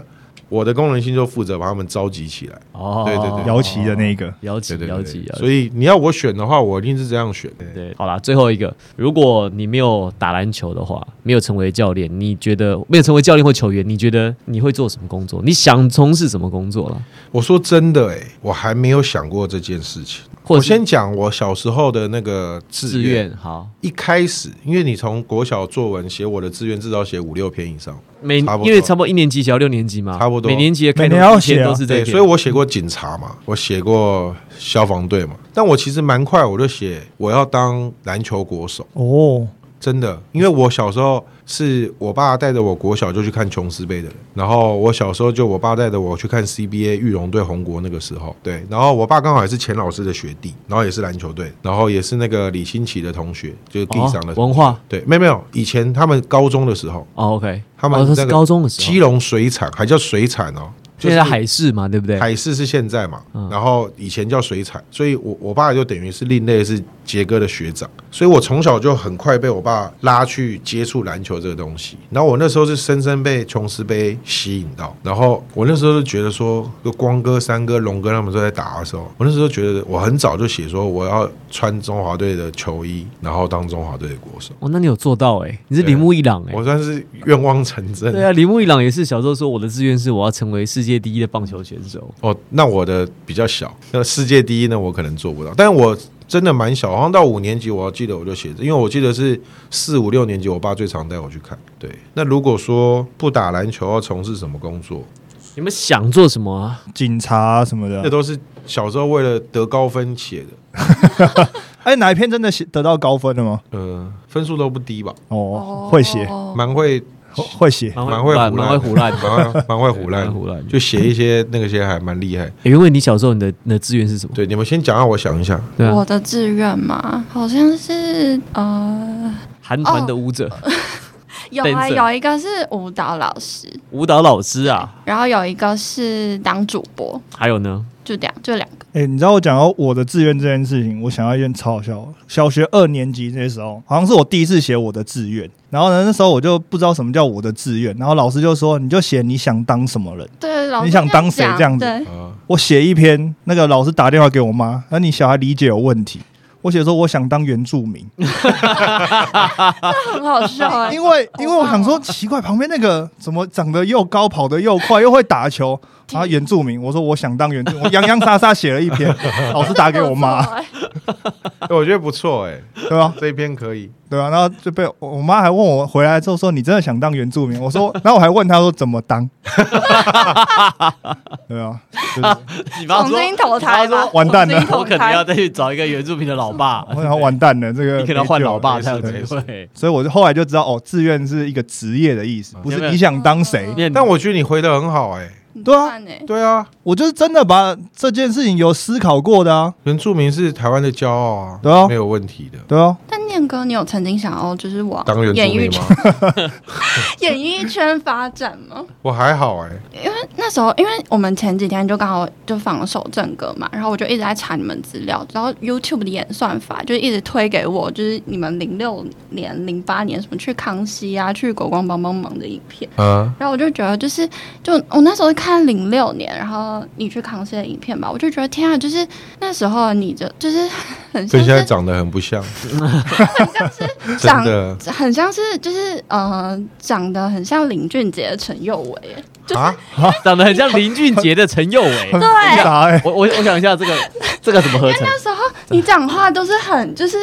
Speaker 1: 我的功能性就负责把他们召集起来。
Speaker 2: 哦，
Speaker 1: 对对对
Speaker 3: 姚琦的那一个，
Speaker 2: 姚琦，
Speaker 1: 对对
Speaker 2: 姚琦
Speaker 1: 对，
Speaker 2: 姚琦
Speaker 1: 所以你要我选的话，我一定是这样选。
Speaker 2: 对，好啦，最后一个，如果你没有打篮球的话，没有成为教练，你觉得没有成为教练或球员，你觉得你会做什么工作？你想从事什么工作了？
Speaker 1: 我说真的、欸，我还没有想过这件事情。
Speaker 2: 或者
Speaker 1: 我
Speaker 2: 是
Speaker 1: 先讲我小时候的那个
Speaker 2: 志
Speaker 1: 志愿。
Speaker 2: 愿？好，
Speaker 1: 一开始，因为你从国小作文写我的志愿，至少写五六篇以上，
Speaker 2: 每
Speaker 1: 差不多
Speaker 2: 因为差不多一年级写到六年级嘛，
Speaker 1: 差不多
Speaker 2: 每年级的开
Speaker 3: 每
Speaker 2: 头
Speaker 3: 年要
Speaker 2: 一篇
Speaker 3: 写啊
Speaker 2: 都是这
Speaker 1: 对，
Speaker 2: 一
Speaker 1: 所以
Speaker 2: 篇
Speaker 1: 我写过警察嘛，我写过消防队嘛，但我其实蛮快，我就写我要当篮球国手，
Speaker 3: 哦，
Speaker 1: 真的，因为我小时候是我爸带着我国小就去看琼斯杯的人，然后我小时候就我爸带着我去看 CBA 玉龙对红国那个时候，对，然后我爸刚好也是钱老师的学弟，然后也是篮球队，然后也是那个李新奇的同学，就是地上的同
Speaker 2: 哦
Speaker 1: 学、
Speaker 2: 文化。
Speaker 1: 对，没有没有，以前他们高中的时候，
Speaker 2: 哦，OK，
Speaker 1: 他们
Speaker 2: 哦、
Speaker 1: 那
Speaker 2: 是
Speaker 1: 个
Speaker 2: 高中的时
Speaker 1: 基
Speaker 2: 候，
Speaker 1: 隆水产还叫水产哦，就
Speaker 2: 现
Speaker 1: 是
Speaker 2: 在海事嘛，对不对？
Speaker 1: 海事是现在嘛，
Speaker 2: 嗯
Speaker 1: 然后以前叫水产，所以我我爸就等于是另类是杰哥的学长，所以我从小就很快被我爸拉去接触篮球这个东西。然后我那时候是深深被琼斯杯吸引到，然后我那时候就觉得说，就光哥、三哥、龙哥他们都在打的时候，我那时候觉得我很早就写说我要穿中华队的球衣，然后当中华队的国手，
Speaker 2: 哦，那你有做到哎、你是
Speaker 1: 对啊
Speaker 2: 铃木一朗哎、
Speaker 1: 我算是愿望成真。
Speaker 2: 对啊，铃木一朗也是小时候说我的志愿是我要成为世界第一的棒球选手。
Speaker 1: 哦，那我的比较小，那世界第一呢，我可能做不到，但我真的蛮小，好像到五年级，我记得我就写，因为我记得是四五六年级，我爸最常带我去看。对，那如果说不打篮球要从事什么工作，
Speaker 2: 你们想做什么啊？
Speaker 3: 警察什
Speaker 2: 嗯
Speaker 3: 么
Speaker 1: 那
Speaker 3: 的。
Speaker 1: 都是小时候为了得高分写的，
Speaker 3: 哎，哪一篇真的写得到高分了吗？
Speaker 1: 呃，分数都不低吧，
Speaker 3: 哦，会写，
Speaker 1: 蛮会
Speaker 3: 会写。
Speaker 1: 蛮会
Speaker 2: 蛮会
Speaker 1: 胡
Speaker 2: 胡乱的。
Speaker 1: 蛮会蛮会胡
Speaker 2: 蛮
Speaker 1: 乱
Speaker 2: 会胡乱，
Speaker 1: 就写一些那个些还蛮厉害。
Speaker 2: 欸原本你小时候你的你的志愿是什么？
Speaker 1: 对，你们先讲让我想一 下。
Speaker 2: 对啊
Speaker 4: 我，的志愿嘛，好像是呃，
Speaker 2: 韩团的舞者、
Speaker 4: 有啊，
Speaker 2: Dancer
Speaker 4: 有一个是舞蹈老师，
Speaker 2: 舞蹈老师啊，
Speaker 4: 然后有一个是当主播，
Speaker 2: 还有呢，
Speaker 4: 就这样，就两个。
Speaker 3: 哎、你知道我讲到我的志愿这件事情，我想到一件超好笑的。小学二年级那时候，好像是我第一次写我的志愿，然后呢，那时候我就不知道什么叫我的志愿，然后老师就说你就写你想当什么人。
Speaker 4: 对，老师
Speaker 3: 你想当谁
Speaker 4: 这
Speaker 3: 这样
Speaker 4: 样
Speaker 3: 子
Speaker 4: 讲？对，
Speaker 1: 啊，
Speaker 3: 我写一篇，那个老师打电话给我妈，那你小孩理解有问题。我写说我想当原住民，
Speaker 4: 很好笑哎、
Speaker 3: 因为因为我想说奇怪，旁边那个怎么长得又高，跑得又快，又会打球 啊？原住民，我说我想当原住民，我洋洋洒洒写了一篇，老师打给我妈，
Speaker 4: 真的不错欸
Speaker 1: 我觉得不错哎、
Speaker 3: 对吧、
Speaker 1: 这一篇可以。
Speaker 3: 对啊，然后就被我我妈还问我回来之后说你真的想当原住民？我说， 然后我还问她说怎么当？ 对啊，就是
Speaker 2: 你妈说
Speaker 4: 重新投胎
Speaker 2: 你妈说
Speaker 4: 吧，
Speaker 3: 完蛋了
Speaker 4: 重新
Speaker 2: 我
Speaker 4: 投
Speaker 2: 可能要
Speaker 4: 胎。
Speaker 2: 再去找一个原住民的老爸，
Speaker 3: 我想完蛋了，这个
Speaker 2: 你可能要换老爸
Speaker 1: 没
Speaker 2: 才有
Speaker 1: 救
Speaker 2: 机
Speaker 1: 了
Speaker 2: 会。
Speaker 3: 所以我就后来就知道哦，志愿是一个职业的意思，不
Speaker 2: 有没
Speaker 3: 是
Speaker 2: 有
Speaker 3: 你想当谁。
Speaker 2: 面
Speaker 1: 但我觉得你回的很好哎、
Speaker 3: 对啊
Speaker 4: 很赞欸
Speaker 1: 对啊，
Speaker 3: 我就是真的把这件事情有思考过的啊，
Speaker 1: 原住民是台湾的骄傲啊，
Speaker 3: 对啊
Speaker 1: 没有问题的。
Speaker 3: 对啊，
Speaker 4: 但念哥，你有曾经想要就是往
Speaker 1: 当原
Speaker 4: 演
Speaker 1: 住
Speaker 4: 艺
Speaker 1: 民
Speaker 4: 圈
Speaker 1: 吗？
Speaker 4: 演艺圈发展吗？
Speaker 1: 我还好哎、
Speaker 4: 那时候，因为我们前几天就刚好就放了首正歌嘛，然后我就一直在查你们资料，然后 YouTube 的演算法就一直推给我，就是你们零六年、零八年什么去康熙啊、去国光帮帮忙的影片，
Speaker 1: 啊，
Speaker 4: 然后我就觉得就是，就我那时候看零六年，然后你去康熙的影片吧，我就觉得天啊，就是那时候你就就是很
Speaker 1: 跟
Speaker 4: 像
Speaker 1: 现在
Speaker 4: 是
Speaker 1: 长得很不像，真
Speaker 4: 长
Speaker 1: 的
Speaker 4: 很像是就是呃长得很像林俊杰的陈宥维，就是
Speaker 1: 啊，
Speaker 2: 长得很像林俊杰的陈宥 维
Speaker 3: 很。复杂哎、
Speaker 2: 我我我想一下这个这个怎么合成？
Speaker 4: 那时候你讲话都是很就是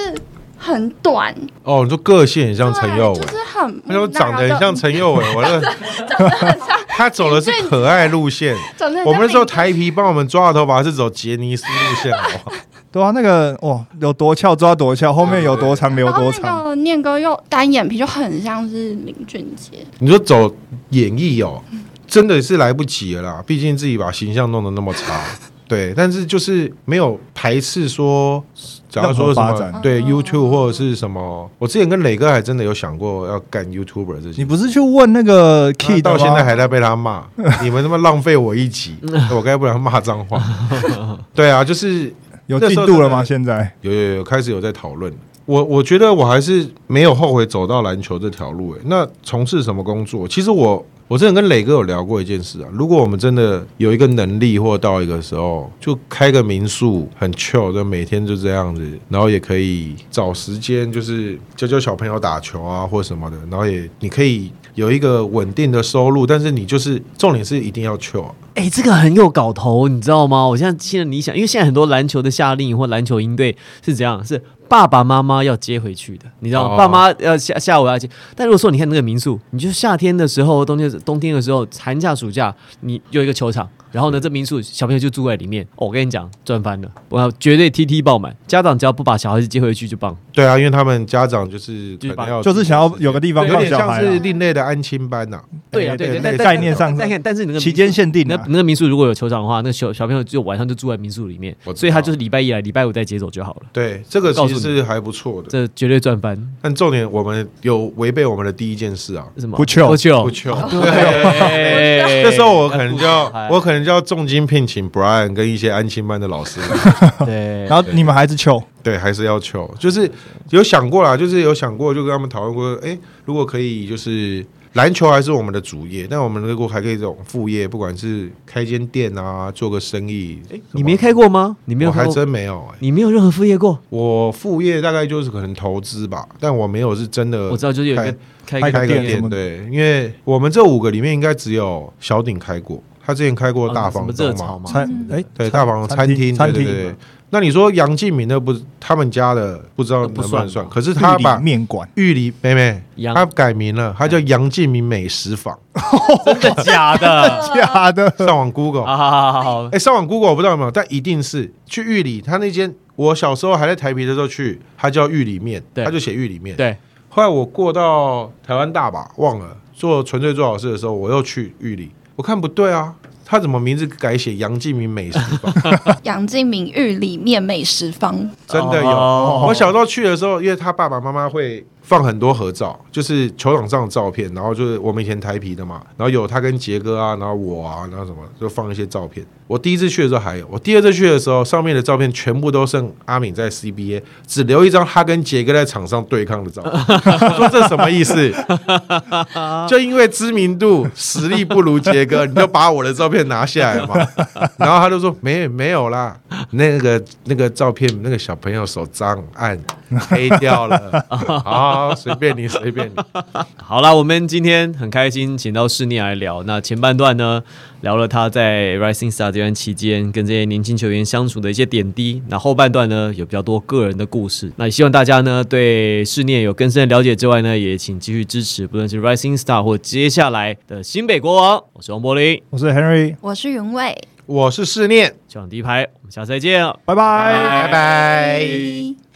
Speaker 4: 很短，
Speaker 1: 哦，你说个性很像陈宥
Speaker 4: 对
Speaker 1: 维
Speaker 4: 就。是很
Speaker 1: 他说长得很像，陈宥 维，我的
Speaker 4: 然后就长得很像，
Speaker 1: 他走的是可爱路线。
Speaker 4: 长得很像
Speaker 1: 我们那时候台皮帮我们抓的头发是走杰尼斯路线，好不好？
Speaker 3: 对啊，那个哇，有多翘抓多翘，后面有多长留
Speaker 4: 然后
Speaker 3: 多
Speaker 4: 那
Speaker 3: 长，
Speaker 4: 个念哥又单眼皮，就很像是林俊杰。
Speaker 1: 你说走演艺哦，真的是来不及了啦，毕竟自己把形象弄得那么 差。对，但是就是没有排斥说，假如说什
Speaker 3: 任何发
Speaker 1: 么
Speaker 3: 展
Speaker 1: 对
Speaker 4: 哦
Speaker 1: YouTube 或者是什么，我之前跟磊哥还真的有想过要干 YouTuber 这些。
Speaker 3: 你不是去问那个
Speaker 1: 他
Speaker 3: key 的
Speaker 1: 到
Speaker 3: 吗？
Speaker 1: 现在还在被他骂，你们他妈浪费我一 集，我该不然骂脏话。对啊，就是
Speaker 3: 有
Speaker 1: 那
Speaker 3: 进
Speaker 1: 时候
Speaker 3: 度了
Speaker 1: 真
Speaker 3: 吗？
Speaker 1: 的
Speaker 3: 现在
Speaker 1: 有有有开始有在讨论。我我觉得我还是没有后悔走到篮球这条路、欸。那从事什么工作？其实我我之前跟磊哥有聊过一件事啊。如果我们真的有一个能力，或到一个时候，就开个民宿，很 chill，就每天就这样子，然后也可以找时间，就是教教小朋友打球啊，或什么的。然后也你可以有一个稳定的收入，但是你就是重点是一定要 chill 啊、
Speaker 2: 哎、这个很有搞头，你知道吗？我现在现在你想，因为现在很多篮球的夏令营或篮球营队是怎样？是爸爸妈妈要接回去的，你知道吗？
Speaker 1: 哦
Speaker 2: 爸妈要下下午要接。但如果说你看那个民宿，你就夏天的时候、冬天冬天的时候、寒假暑假，你有一个球场，然后呢，这民宿小朋友就住在里面。哦我跟你讲，赚翻了，我要绝对 T T 爆满。家长只要不把小孩子接回去就棒。
Speaker 1: 对啊，因为他们家长就是
Speaker 2: 就是
Speaker 1: 可
Speaker 2: 把
Speaker 1: 能要
Speaker 3: 就是想要有个地方
Speaker 1: 有
Speaker 3: 放
Speaker 1: 点
Speaker 3: 小
Speaker 1: 像
Speaker 3: 孩
Speaker 1: 是
Speaker 3: 啊，
Speaker 1: 另类的安亲班呐、
Speaker 2: 对啊，对
Speaker 1: 对
Speaker 2: 对，但
Speaker 1: 对
Speaker 2: 但
Speaker 3: 哎概念上
Speaker 2: 但但但是你那个
Speaker 3: 期间限定
Speaker 2: 那
Speaker 3: 啊，
Speaker 2: 那个民宿如果有球场的话，那个小小朋友就晚上就住在民宿里面
Speaker 1: 我，知
Speaker 2: 所以他
Speaker 1: 道
Speaker 2: 就是礼拜一来，礼拜五再接走就好了。
Speaker 1: 对，这个
Speaker 2: 告
Speaker 1: 其
Speaker 2: 诉
Speaker 1: 实是还不错的。
Speaker 2: 这绝对赚翻，
Speaker 1: 但重点，我们有违背我们的第一件事啊，
Speaker 2: 是什么？
Speaker 3: 不求
Speaker 2: 不求
Speaker 1: 不，求。
Speaker 2: 对
Speaker 1: 那时候我可能就 要
Speaker 2: 要顾小孩，
Speaker 1: 我可能就要重金聘请 Brian 跟一些安亲班的老师来，
Speaker 2: 对，
Speaker 3: 然后你们孩子求，
Speaker 1: 对，还是要求，就是有想过啦，就是有想过，就跟他们讨论过，哎、如果可以，就是篮球还是我们的主业，但我们如果还可以这种副业，不管是开间店啊，做个生意，哎、
Speaker 2: 你没开过吗？你没有
Speaker 1: 我
Speaker 2: 开
Speaker 1: 还
Speaker 2: 过，
Speaker 1: 真没有、哎。
Speaker 2: 你没有任何副业过？
Speaker 1: 我副业大概就是可能投资吧，但我没有是真的。
Speaker 2: 我知道，就是有一个开
Speaker 3: 开
Speaker 1: 呃
Speaker 2: 一
Speaker 1: 开
Speaker 2: 个
Speaker 1: 个
Speaker 3: 店什
Speaker 1: 店，
Speaker 3: 么的
Speaker 1: 对，因为我们这五个里面应该只有小鼎开过，他之前开过大
Speaker 2: 哦什
Speaker 1: 房
Speaker 2: 么
Speaker 1: 东
Speaker 2: 热
Speaker 1: 嘛
Speaker 2: 潮，嘛，
Speaker 3: 餐哎、
Speaker 1: 对，大房
Speaker 3: 餐
Speaker 1: 餐
Speaker 3: 厅
Speaker 1: 厅，
Speaker 3: 餐
Speaker 1: 对对
Speaker 3: 厅
Speaker 1: 对。那你说杨敬明的不，他们家的不知道
Speaker 2: 那
Speaker 1: 能不
Speaker 2: 不
Speaker 1: 能
Speaker 2: 算啊
Speaker 1: 算，
Speaker 2: 吧
Speaker 1: 可是他
Speaker 3: 玉里
Speaker 1: 把
Speaker 3: 面 馆，
Speaker 1: 玉里妹妹，
Speaker 2: 杨哎
Speaker 1: 他改名了，他叫杨敬明美食 坊，
Speaker 2: 真的假 的？
Speaker 3: 假的，
Speaker 1: 上网 Google，
Speaker 2: 好好好好好，
Speaker 1: 哎，上网 Google 我不知道有没有，但一定是去玉里，他那间我小时候还在台北的时候去，他叫玉里面，
Speaker 2: 对
Speaker 1: 他就写玉里面，
Speaker 2: 对，
Speaker 1: 后来我过到台湾大吧，忘了做纯粹做好事的时候，我又去玉里，我看不对啊，他怎么名字改写杨敬明美食坊？
Speaker 4: 杨敬明玉里面美食坊，
Speaker 1: 真的有。
Speaker 2: 哦
Speaker 1: 我小时候去的时候，因为他爸爸妈妈会放很多合照，就是球场上的照片，然后就是我们以前台皮的嘛，然后有他跟杰哥啊，然后我啊，然后什么就放一些照片。我第一次去的时候还有，我第二次去的时候，上面的照片全部都剩阿敏在 CBA，只留一张他跟杰哥在场上对抗的照片。 我说这什么意 思？就因为知名度实力不如杰哥，你就把我的照片拿下来嘛。然后他就说没没有啦，那个那个照片那个小朋友手脏暗黑掉了，好随便你随便骗你。
Speaker 2: 好啦，我们今天很开心，请到室内来聊。那前半段呢，聊了他在 Rising Star 这段期间跟这些年轻球员相处的一些点滴。那后半段呢，有比较多个人的故事。那也希望大家呢对室内有更深的了解之外呢，也请继续支持，不论是 Rising Star 或接下来的新北国王。我是王柏林，
Speaker 3: 我是 Henry，
Speaker 4: 我是云伟，
Speaker 1: 我是思念，
Speaker 2: 哦球场第一排，我们下次再见了。
Speaker 3: 拜拜
Speaker 1: 拜拜。